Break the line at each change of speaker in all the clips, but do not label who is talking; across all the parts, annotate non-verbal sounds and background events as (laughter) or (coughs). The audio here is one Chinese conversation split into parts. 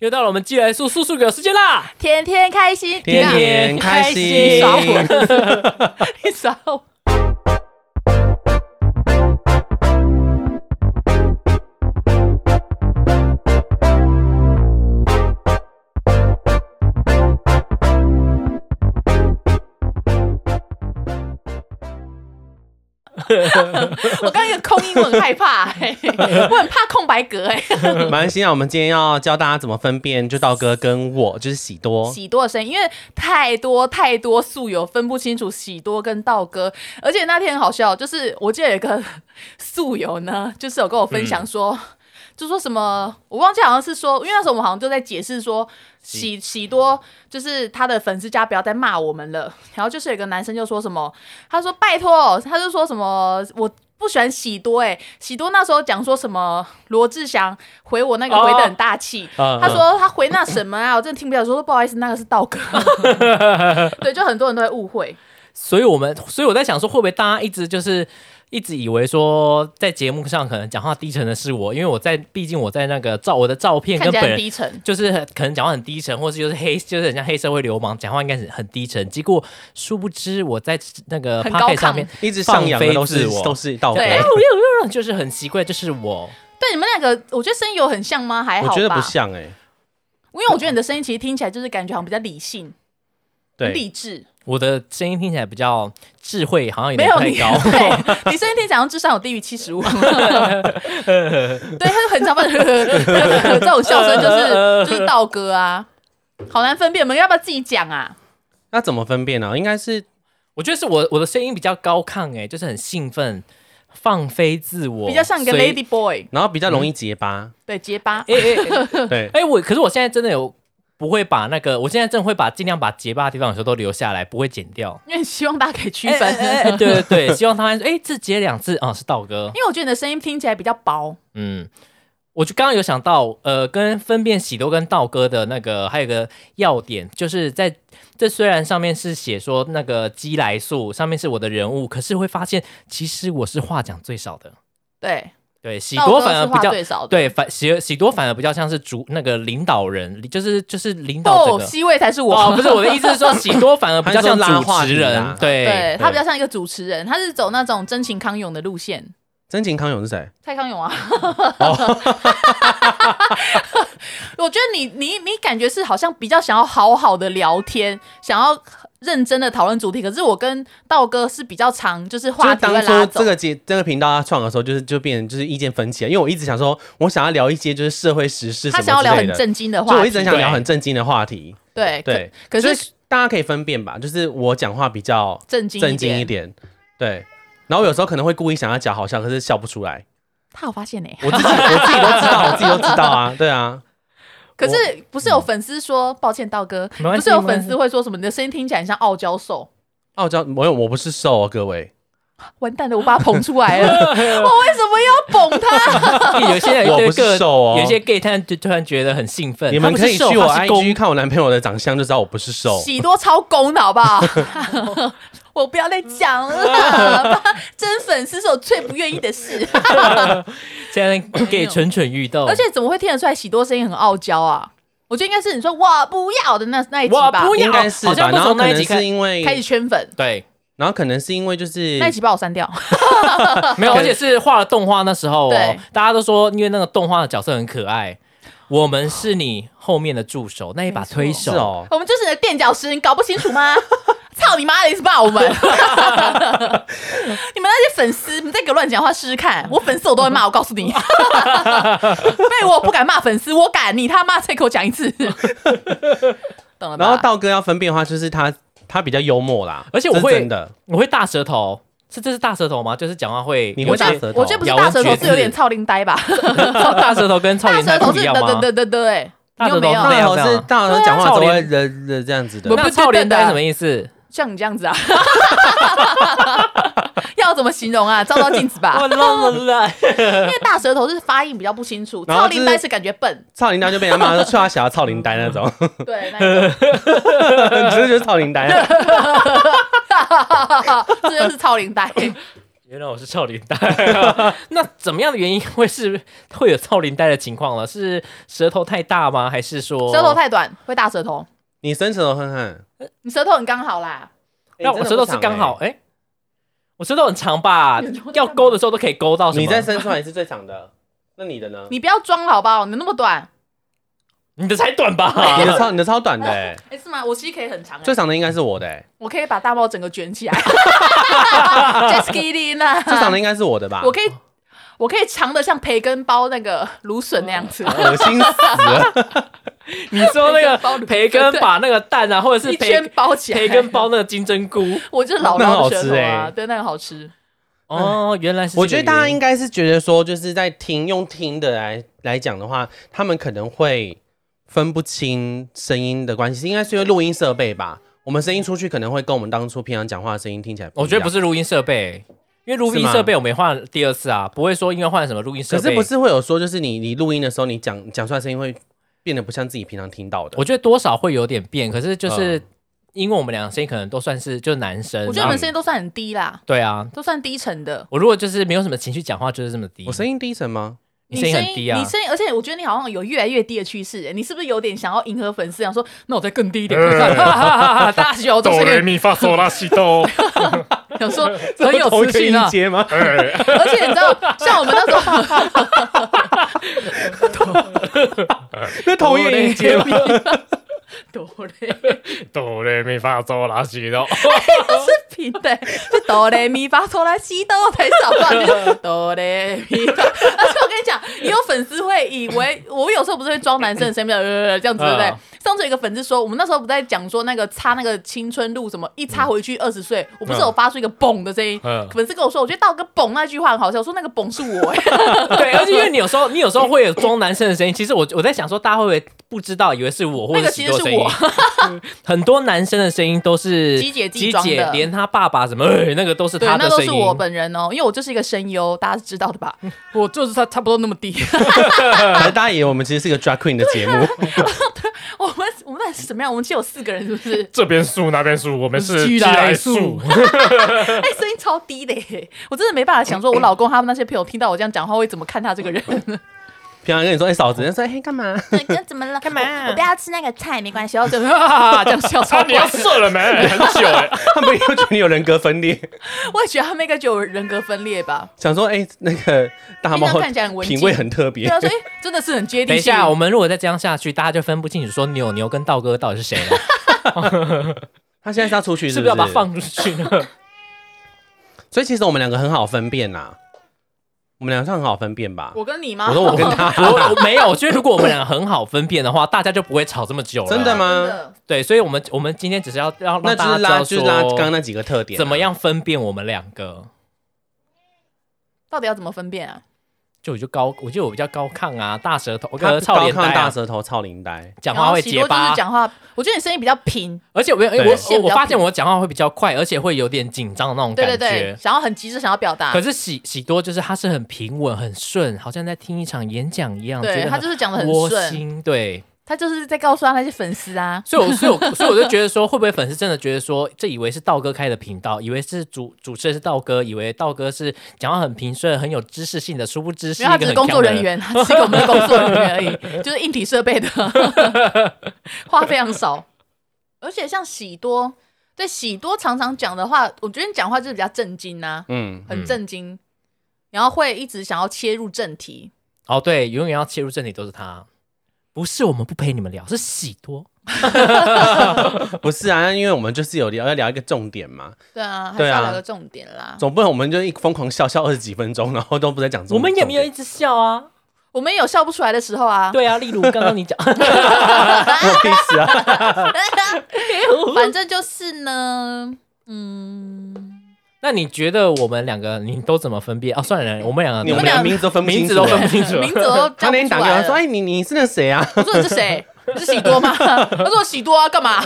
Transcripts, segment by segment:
又到了我们寄来素素素狗时间啦！
天天开心，
天天开心
少我，你少
(laughs)
我。我刚刚一个空音，我很害怕、欸，我很怕空白格、欸，哎，
没关系啊，我们今天要教大家怎么分辨，就道哥跟我，就是喜多。
喜多的声音，因为太多太多素友分不清楚喜多跟道哥，而且那天很好笑，就是我记得有一个素友呢，就是有跟我分享说。就说什么，我忘记好像是说，因为那时候我们好像就在解释说，喜喜多就是他的粉丝家不要再骂我们了。然后就是有一个男生就说什么，他说拜托，他就说什么我不喜欢喜多、欸，哎，喜多那时候讲说什么罗志祥回我那个
哦
回的很大气，
啊
嗯
他说他回那什么啊，我真的听不了，说不好意思，那个是道哥，对，就很多人都会误会，
所以我们，所以我在想说，会不会大家一直就是一直以为说，在节目上可能讲话低沉的是我，因为我在，毕竟我在那个照我的照片跟
看起来
本
很
人
低沉，
就是很可能讲话很低沉，或是就是黑，就是很像黑社会流氓，讲话应该是很低沉。结果殊不知我在那个
很
p
高
o c
亢哎
上面，哎
一直上扬的都是
放飞自我
都是道哥，
对
就是很奇怪，就是我
对你们两个，我觉得声音有很像吗？还好
我
吧，
觉得不像哎、
因为我觉得你的声音其实听起来就是感觉好像比较理性、很
对，
理智，
我的声音听起来比较智慧，好像有
没
点
有
太
你，
高。
对，你声音听起来好像智商有低于七十五。对，他就很常发出 (laughs) 这种笑声，就是就是道哥啊，好难分辨。我们要不要自己讲啊？
那怎么分辨呢、应该是
我觉得是我我的声音比较高亢、哎，就是很兴奋，放飞自我，
比较像一个
所以 (laughs)
lady boy，
然后比较容易结巴，
对，结巴。
哎哎哎
嗯
(laughs) 对，
哎，我可是我现在真的有不会把那个，我现在真的会把尽量把结巴的地方有时候都留下来，不会剪掉。
(laughs) 因为希望大家可以区
哎哎哎
分，
对对对， (laughs) 希望他们哎，这结两次啊、是道哥
因。为我觉得你的声音听起来比较薄，
嗯，我就刚刚有想到，呃，跟分辨喜多跟道哥的那个还有个要点，就是在这虽然上面是写说那个基来素上面是我的人物，可是会发现其实我是话讲最少的。
对，
对，喜
道
多
哥
反而
是
比
话
较
最少的，
对反喜喜多反而比较像是主那个领导人，就是就是领导整
哦
个。
，C 位才是我，
哦，不是我
(laughs)
的意思是说，喜多反而比较像主持
他是说拉话
人，
题
对
对他比较像一个主持人，他是走那种真情康永的路线。
真情康永是谁？
蔡康永啊， (laughs) 我觉得你你你感觉是好像比较想要好好的聊天，想要认真的讨论主题。可是我跟道哥是比较常就是
就是
(laughs) 话题
当
会拉
初
走
这，个节这个频道他创的时候，就是就变成就是意见分歧了，啊因为我一直想说，我想要聊一些就是社会时事什
他
么
想要聊
之类
很
的，
正经的
就
话
我
题
一直。很想聊
对
很正经的话题，
对
对，
可可
所以
是
大家可以分辨吧，就是我讲话比较
正经
正经一
点，
点，对。然后有时候可能会故意想要讲好笑，可是笑不出来。
他有发现呢、
(laughs) 我自己我自己都知道，我自己都知道啊，对啊，
可是不是有粉丝说抱歉，道哥，
嗯没关
不
系
是有
没关
粉
系
丝会说什么你的声音听起来很像傲娇兽。
傲娇，哦我有我不是瘦哦，各位，
完蛋了，我把他捧出来
(laughs)
了，我为什么要捧他？
哎有些人
我
对
不是
个
瘦哦
有些 gay 他就突然觉得很兴奋，
你们
他不
可
是
以去
瘦
我
他是攻
IG 看我男朋友的长相就知道我不是瘦。
喜多超攻的好不好？
(laughs)
我不要再
(laughs)
讲了，真粉丝是我最不愿意的事。
现
(laughs)
在 gay 蠢蠢欲动，
而且怎么会听得出来喜多声音很傲娇啊？我觉得应该是你说“我不要”的那那一集
我
吧
不，要，嗯
应该是
好
吧，
像不
然后
从
可
那一
能
集开
是因为，
开始圈粉。
对，
然后可能是因为就是
那一集把我删掉，
没
(laughs)
有，
可
而且是画了动画那时候哦
对，
大家都说因为那个动画的角色很可爱，我们是你后面的助手那一把推
是
手，
哦，
我们就是你的垫脚石，你搞不清楚吗？ (laughs) 操你 (laughs) 妈的，你是骂我们！你们那些粉丝，你们再给我乱讲话试试看，我粉丝我都会骂，我告诉你。 (laughs) 被我不敢骂粉丝，我敢，你他妈再给我讲一
(laughs)
次，懂了吧？
然后道哥要分辨的话，就是他他比较幽默啦，
而且我
这是
会
真的，
我会大舌头，哦是这是大舌头吗？就是讲话会
你
有
会
些
大舌头，
我觉得不是大舌头，是有点操灵
(laughs)
呆吧？
大舌头跟超
大
人
舌头
不一
是
样
的
吗？
的的的，哎，
大
你有
舌头
没有
是
大头
这样
是大头讲话
对啊
都
少
会
林
人人这样子
不
的，
那
对对
超连
对
呆
的
什么意思？
像你这样子啊？ (laughs) 要怎么形容啊？照照镜子
(laughs)
吧，
愣了，
因为大舌头是发音比较不清楚，
然后
操
就是
灵呆是感觉笨，
操林丹就被人家骂说臭他小操林丹那
(laughs)
种，
对，那一种
啊你这就是操林丹，
(laughs) 这就是操灵呆。
(laughs) 原来我是少林带、啊，那怎么样的原因会是会有少林带的情况了？是舌头太大吗？还是说
(laughs) 舌头太短会大舌头，
你伸舌头看看，
你舌头很刚好啦。
那我舌头
欸
是刚好
哎
哎、我舌头很长吧
你说，
要勾的时候都可以勾哦到什么？
你再伸出来是最长的， (laughs) 那你的呢？
你不要装好不好？你那么短，
你的才短吧？
你的超你的超短的
啊
哎，
(laughs) 哎、是吗？我其实可以很长、欸，
最长的应该是我的哎，
我可以把大猫整个卷起来。Just kidding 啦，
啊
最长的应该是我的吧？
我可以，我可以长的像培根包那个芦笋那样子，
恶心死
(laughs)
了，
(laughs) 你说那
包
个
的
培根
对
把那个蛋啊，或者
一
是
圈
培
包起来。
培根，包那个金针菇。
我就是姥
那很
姥
好
的舌
吃
头啊，
欸
对，那个好吃。
哦，原来是这个
我觉得大家
原因
应该是觉得说，就是在听用听的来来讲的话，他们可能会分不清声音的关系，应该是因为录音设备吧。我们声音出去可能会跟我们当初平常讲话的声音听起来一样，
我觉得不是录音设备，因为录音
是吗
设备我没换第二次啊，不会说因为换什么录音设
可
备。
是不是会有说，就是你你录音的时候，你讲讲出来声音会变得不像自己平常听到的。
我觉得多少会有点变，可是就是
嗯
因为我们俩声音可能都算是就男生，
我觉得你们
然后
声音都算很低啦，
对啊。
都算低沉的。
我如果就是没有什么情绪讲话，就是这么低。
我声音低沉吗？
你声音很低啊，
你声音，而且我觉得你好像有越来越低的趋势欸，你是不是有点想要迎合粉丝，想说那我再更低一点？
嗯
(laughs) 大小 (laughs) 都
哆
是
来
个
咪发嗦拉西哆，
想
(laughs)
说很有磁性啊，
阶吗？
哎，
而且你知道，像我们那
(laughs)
时候，
那同一个音阶
(laughs)
吗？
哆嘞
哆来咪发嗦拉西哆，
是平的，是哆来咪发嗦来西哆才找到，就是哆来咪发。而且我跟你讲，也有粉丝会以为我有时候不是会装男生的声音，呃这样子对不对
嗯？
上次有一个粉丝说，我们那时候不在讲说那个擦那个青春露什么，一擦回去二十岁，我不是有发出一个嘣的声音
嗯，
粉丝跟我说，我觉得到个嘣那句话很好笑，我 (laughs) 说那个嘣是我，哎
(laughs) 对，而且因为你有时候你有时候会有装男生的声音，其实我我在想说，大家会不会不知道，以为是我或
那
者
个
是
其
许
实
多
是
声音 (laughs)
我。
很多男生的声音都是
鸡姐自己装的
鸡姐连他爸爸什么、呃那个都是
对
他，
那
的
都
声
是
音。
我本人哦，因为我就是一个声优，大家是知道的吧？ (laughs) 我就是差差不多那么低。
呃
还是大家以为我们其实是一个 drag queen 的节目，
(laughs) 我们我们到底是怎么样？我们只有四个人，是不是？
(laughs) 这边树那边树，我们是
鸡
鸡
来
来
素
树，
(laughs) 哎、声音超低的耶，我真的没办法想说，我老公他们那些朋友听到我这样讲话会怎么看他这个人？
平常跟你说，哎、嫂子，人家说，哎、干嘛？
(laughs)
(laughs)
那怎么了？干嘛、我不要吃那个菜，没关系。 (laughs) 然后就这样笑
(laughs)
超
啊，你
怪
要。射了没？很久哎，
他们又觉得你有人格分裂，
(laughs)
(laughs)
我也觉得他们应该就有人格分裂 (laughs) 吧？
想说，哎、那个大猫
平常看起来很文静
品味很特
对
别。
啊，所以真的是很接地气。
等一下，我们如果再这样下去，大家就分不清楚说扭牛跟道哥到底是谁
(laughs)
了，
(laughs) 他现在是要出去
是
是
不是
不是
要把他？放出去
(laughs)
呢？
所以其实我们两个很好分辨呐、啊我们两个算很好分辨吧。
我啊跟你吗？
我说
(laughs)
我跟他，
(laughs) 我我没有，我觉得如果我们俩很好分辨的话，大家就不会吵这么久了。
真的？
真
吗？
的
对，所以我们我们今天只是要让
(laughs) 那
让
就
大
是
家
拉，
知
就是
道
拉刚
说
刚那几个特点、啊
怎么？样分辨我们两个。
到底要怎么分辨啊？
就我就高，我就我比较高亢啊，大舌头，
他
呃，操
高
脸
亢
蛋
大
啊，
舌头，操领带。
讲
然
话
后
会
喜
结
多就是
巴，啊
讲话，我觉得你声音比较平，
而且我
对
我
线比
我
较
发现
平
我讲话会比较快，而且会有点紧张的那种
对
感觉。
对对，想要很急着想要表达
可。是喜喜多就是他是很平稳、很顺，好像在听一场演讲一样，
对
觉得
他就是讲的很
窝
顺，
心。对，
他就是在告诉他那些粉丝啊，
所以我所以我所以我就觉得说，会不会粉丝真的觉得说，这以为是道哥开的频道，以为是主主持人是道哥，以为道哥是讲话很平顺、很有知识性的，殊不知是
因为他
一
只
个
是
很
工作
强的
人。员，他只是一个我们的工作人员而已， (laughs) 就是硬体设备的话非常少。而且像喜多，对喜多常常讲的话，我觉得你讲话就是比较震惊啊，
嗯，
很震惊，然后会一直想要切入正题。
哦，对，永远要切入正题都是他，不是我们不陪你们聊，是喜多。
不是啊，因为我们就是有聊要聊一个重点嘛，
对啊，还是
对啊
要聊个重点啦。
总不能我们就一疯狂笑笑二十几分钟，然后都不在讲重
我们也没有一
重点
直笑啊，
我们也有笑不出来的时候啊，
对啊，例如刚刚
(laughs)
你讲，
我屁事啊！
反正就是呢，嗯，
那你觉得我们两个你都怎么分辨？哦，算了，我们两个
(laughs) 你我们
俩
两个名字都分不清楚，欸
名字都分不清楚。
名字都
他
叫
那
不
天打
出
给我
来
他说：“
了。
哎，你你是那谁啊
我说你是谁？你是喜多吗？ (laughs) 他说我喜多啊，干嘛？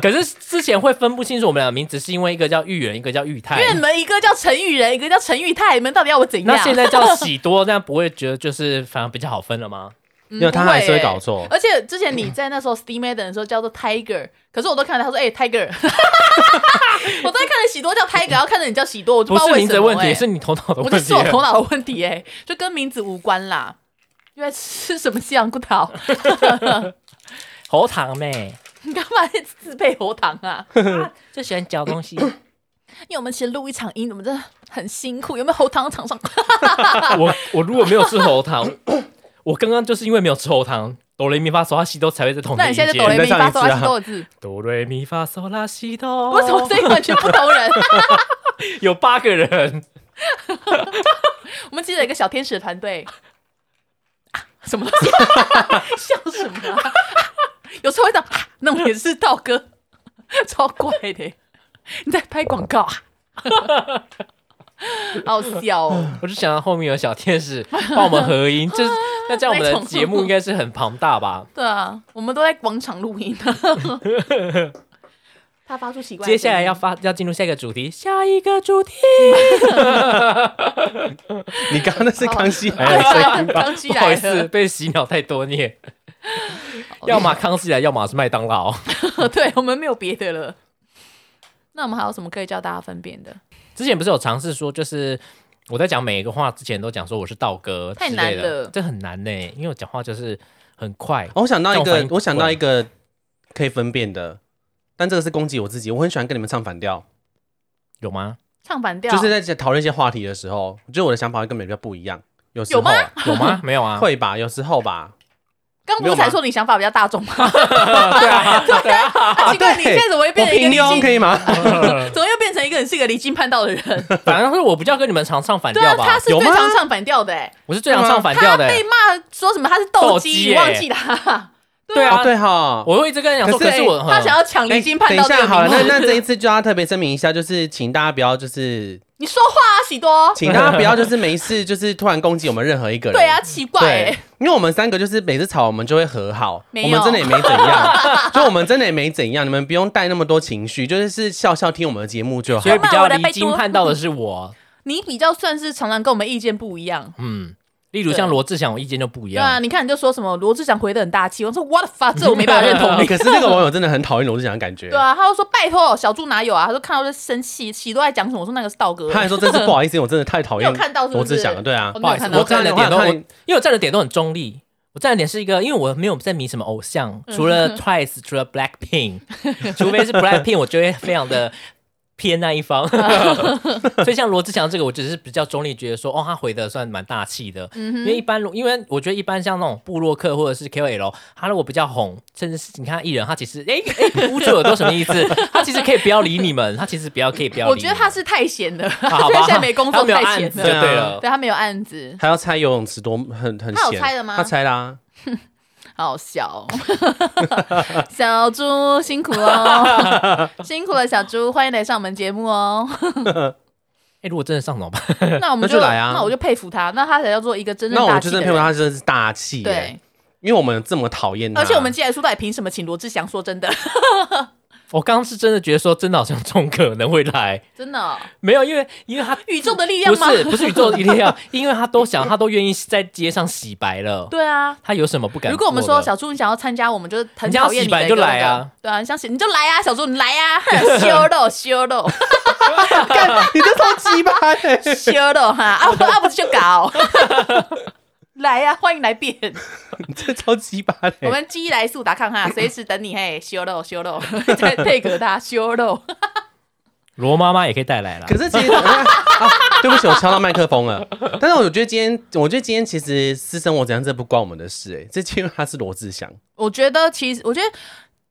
可是之前会分不清楚我们俩的名字，是因为一个叫玉人，一个叫玉泰
因。为你们一个叫陈玉仁，一个叫陈玉泰，你们到底要我怎样？
那现在叫喜多，那不会觉得就是反而比较好分了吗？
嗯、
因为他还是会
不
搞
欸
错
而且
(laughs)
之前你在那时候 Steam a d 的时候叫做 Tiger，可是我都看到他说哎、Tiger，我在看着喜多叫 Tiger，然后看着你叫喜多，我
不
就不知
是
道为
名字
什
的
么、
问题，
哎
是你头脑的
我就
问
是
题
我头
啊。
脑的问题、哎，就跟名字无关啦。又在吃什么西洋骨头？
喉糖妹
(laughs) 你干嘛自备喉糖啊？
就喜欢嚼东西，
因为我们其实录一场音，我们真的很辛苦。有没有喉糖厂商？
(laughs) 我我如果没有吃喉糖， (coughs) 我刚刚就是因为没有吃喉糖，哆来咪发嗦拉西哆才会在同一
那你现在就抖雷
间。
咪发嗦
你再
拉西
唱一次啊
哆的字，
哆来咪发嗦拉西哆，
为什么声音完全不同人？
有八个人？
我们记得一个小天使团队、啊什么东西？ (laughs) 笑什么啊、有时候会这样啊那种也是道哥， (laughs) 超怪的欸。你在拍广告啊？好笑
(laughs)
哦！
我就想到后面有小天使 (laughs) 帮我们合音，就是那这样我们的
那种
节目应该是很庞大
(laughs)
吧？
对啊，我们都在广场录音。啊 (laughs) 他发出奇怪的声音。
接下来要发要进入下一个主题，下一个主题，
你刚刚那是康熙哦来
(laughs)
了，
(laughs)
哎，刚起
不好
来
意思，
了，
被洗脑太多念，要么康熙来，要么是麦当劳。
(laughs)
(laughs)
对我们没有别的了。那我们还有什么可以教大家分辨的？
之前不是有尝试说，就是我在讲每一个话之前都讲说我是道哥之类的，
太难了
这很难呢、因为我讲话就是很快。
哦我想到一
这种反
个
应，
我想到一个可以分辨的，但这个是攻击我自己。我很喜欢跟你们唱反调，
有
(laughs)
吗？
唱反调
就是在讨论一些话题的时候，我觉得我的想法会跟别人比较不一样。有时候
有吗
啊
有吗？没有啊。
会吧，有时候吧。
刚不是才说你想法比较大众吗？
对啊，对啊。
啊奇怪，你现在怎么会
我
变成一个
平
离
庸可
经？
以吗？
怎么又变成一个很是个离经叛道的人？
反正是我比较跟你们常唱反
对啊，
调吧
他，是
有
最
吗
常唱反调的欸，
我是最常唱反调
他
的、欸
被骂说什么他是
斗
斗
鸡
鸡，
耶
你忘记了啊？
对
哦，
啊，
对哈。
我会一直跟你讲说，
可是
可是我
他想
要
要抢
哎
离经叛
等
道
一
这个
下，好了，
名
那
字。
那这一次就要特别声明一下，就是请大家不要，就是
你说话啊，喜多。
请大家不要，就是没事，就是突然攻击我们任何一个人。
对啊，奇怪
对
欸，，
因为我们三个就是每次吵，我们就会和好，
没
我
有
们真的也没怎样， (laughs) 就我们真的也没怎样，你们不用带那么多情绪，就是是笑笑听我们的节目就好
嗯
(laughs)
所以。比较
我的
离
拜
经
托
叛道的是我，
你比较算是常常跟我们意见不一样。
嗯，例如像罗志祥，我意见就不一
对啊，
样。
你看你就说什么罗志祥回的很大气，我说 (laughs) what the fuck，这我没办法认同
哎
你。
可是那个网友真的很讨厌罗志祥的感觉
对，啊，他就说拜托小猪哪有啊？他说看到就生气，喜多在讲什么？我说那个是道哥
他。还说真是不好意思，我真的太讨厌
你有看到是不是
罗志祥了。对啊
我，
不
没
好意
有
思，
看到
我站的
我
点
看
都，我
我看
因为我站的点都很中立。我站的点是一个，因为我没有在迷什么偶像，
嗯
除
(laughs)
了 Twice，除了 Blackpink，除非是 Blackpink，我就会非常的偏那一方。
哦
(laughs) 所以像罗志祥这个，我只是比较中立，觉得说，哦，他回的算蛮大气的。
嗯
因为一般，因为我觉得一般像那种部落客或者是 KOL，他如果比较红，甚至是你看他艺人，他其实哎哎，捂住耳朵什么意思？ (laughs) 他其实可以不要理你们，他其实不要可以不要理你们。
我觉得他是太闲了，
啊
(laughs) 他
好吧
现在没工
他
作
没有
太
案
闲
子
了
就。对
对
了
啊。
对他没有案子，
还要猜游泳池多很很
他有
闲，
猜了吗
他猜啦，
好小、哦， (laughs) 小猪辛苦哦， (laughs) 辛苦了小猪，欢迎来上我们节目
(laughs)
哦。
哎，如果真的上怎么办？
那我们
那就来啊
那我就佩服他，那他才叫做一个真
那
正
我
大气
就真
的
的佩服
人。
他，真的是大气。
对，，
因为我们这么讨厌他，
而且我们既然说到底，凭什么请罗志祥？说真的， (laughs)
我刚刚是真的觉得说，真的好像中可能会来，
真的哦、
没有，因为因为他
宇宙的力量
不
吗？ (laughs)
是不是宇宙一定要，因为他都想，他都愿意在街上洗白了，
对啊。
他有什么不敢做的？
如果我们说小猪你想要参加，我们就是很
你想要
讨厌
洗
你
白
的一
就
个
来啊
那个，对啊，你想洗你就来啊，小猪你来
(laughs)
啊，哼羞肉羞肉
干 (laughs) 你这超鸡巴欸
(laughs)
的，
羞肉哈，啊不啊不就搞，来呀、啊，欢迎来辩。
你这超鸡巴欸的。
我们鸡来速达看哈，随时等你嘿，修肉修肉，再配合他修肉。
罗妈妈也可以带来了
(laughs) 可，是其实、啊，对不起，我敲到麦克风了。但是我觉得今天，我觉得今天其实私生活怎样，这不关我们的事、欸。哎，这因为他是罗志祥，
我觉得其实，我觉得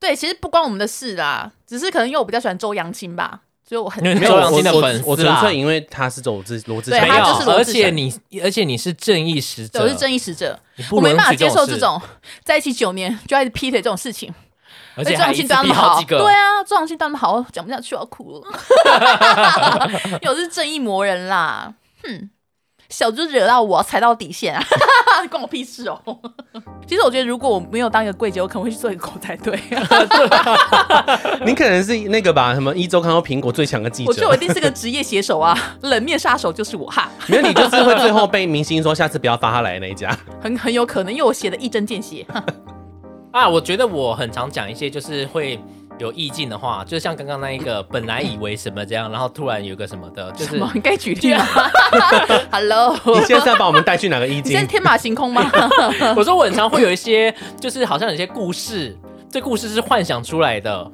对，其实不关我们的事啦，只是可能因为我比较喜欢周扬青吧，所以我很
因为
没有
周扬
我
青的
我
粉丝
我纯
啦
粹因为他是周志罗志
对
祥，
没
他就
有，
是罗
而
志
且
祥
你而且你是正义使者，
我是正义使者，
你啊不
我没
允
办法
许
接受
这种
这
事，
种在一起九年就要一直劈腿这种事情。
而
而且
且
周
还
扬
一
青
次
哎对他
比
们
好
好，
几个，
对啊，周扬青对他们好，我讲不下去，我要哭了。因为我是正义魔人啦，哼，小猪惹到我，踩到底线啊， (laughs) 关我屁事哦。其实我觉得，如果我没有当一个柜姐，我可能会去做一个狗仔队。
你可能是那个吧？什么一周看到苹果最强的记
我觉得我
者
一，定是个职业写手啊，冷面杀手就是我哈，
没有你就是会最后被明星说下次不要发他来那一家。
很很有可能，因为我写的一针见血。
啊，我觉得我很常讲一些就是会有意境的话，就像刚刚那一个，本来以为什么这样，然后突然有个什么的，就是
什么？你该举
(laughs)
例吗 (laughs) ？Hello，
你现在是要把我们带去哪个意
你现在
境？
天马行空吗？
我说我很常会 (laughs) 有一些，就是好像有些故事，这故事是幻想出来的。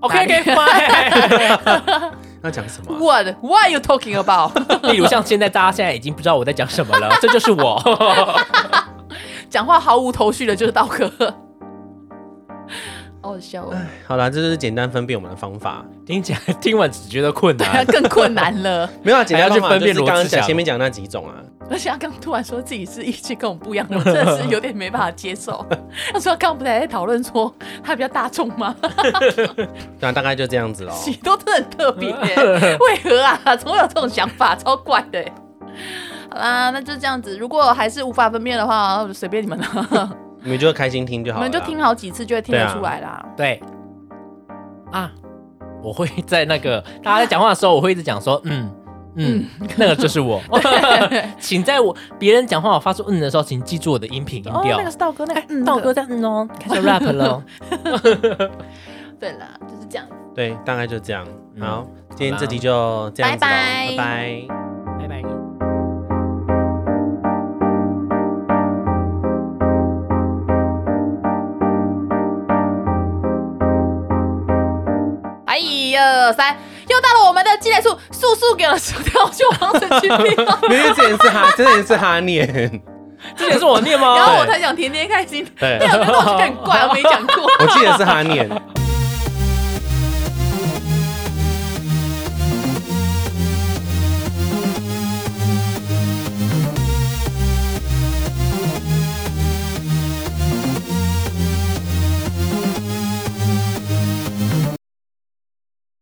OK
哪里
OK fine。
要讲什么啊？
What? What are you talking about？
(laughs) 例如像现在大家现在已经不知道我在讲什么了， (laughs) 这就是我。 (laughs)
讲话毫无头绪的，就是道哥。 (laughs) 好好笑哦，
好啦，这就是简单分辨我们的方法。
听起来听完只觉得困
(laughs) 对 (laughs) 啊，
难。
更困难了。 (laughs)
没有啊，简单
还要去
方法
分
就是
辨罗
刚刚
志
讲
祥
前面讲那几种啊。
而且他刚突然说自己是意见跟我们不一样的，我真的是有点没办法接受。他说刚刚不是还在讨论说他比较大众吗？
那啊大概就这样子喽。
喜多真的很特别耶，为何啊？怎么会有这种想法？超怪的耶。好啦，那就这样子。如果还是无法分辨的话，那就随便你们了，
你们就开心听就
你
好了。
们就听。好几次就会听
对
得
啊
出来啦。
对啊，我会在那个大家在讲话的时候，我会一直讲说，嗯嗯，那个就是
(laughs)
我。请在我别人讲话我发出嗯的时候，请记住我的音频音
哦，
调
那个。是道哥，那个、嗯、
道
那个
哥在嗯哦，开始 rap 了。
(laughs) 对啦，就是这样。
对，大概就这样。
嗯
好，今天这集就这样子咯
拜拜
拜拜。 (laughs)
拜拜。
哎，一二三，又到了我们的积累数，速速给了薯条就王子去拼了
没有，因为之前是哈，之前是哈念。 (laughs)
这也是我念吗？
然后我才想天天开心， (laughs)
对
那，两个东西很怪，我没讲过。
我记得是哈念。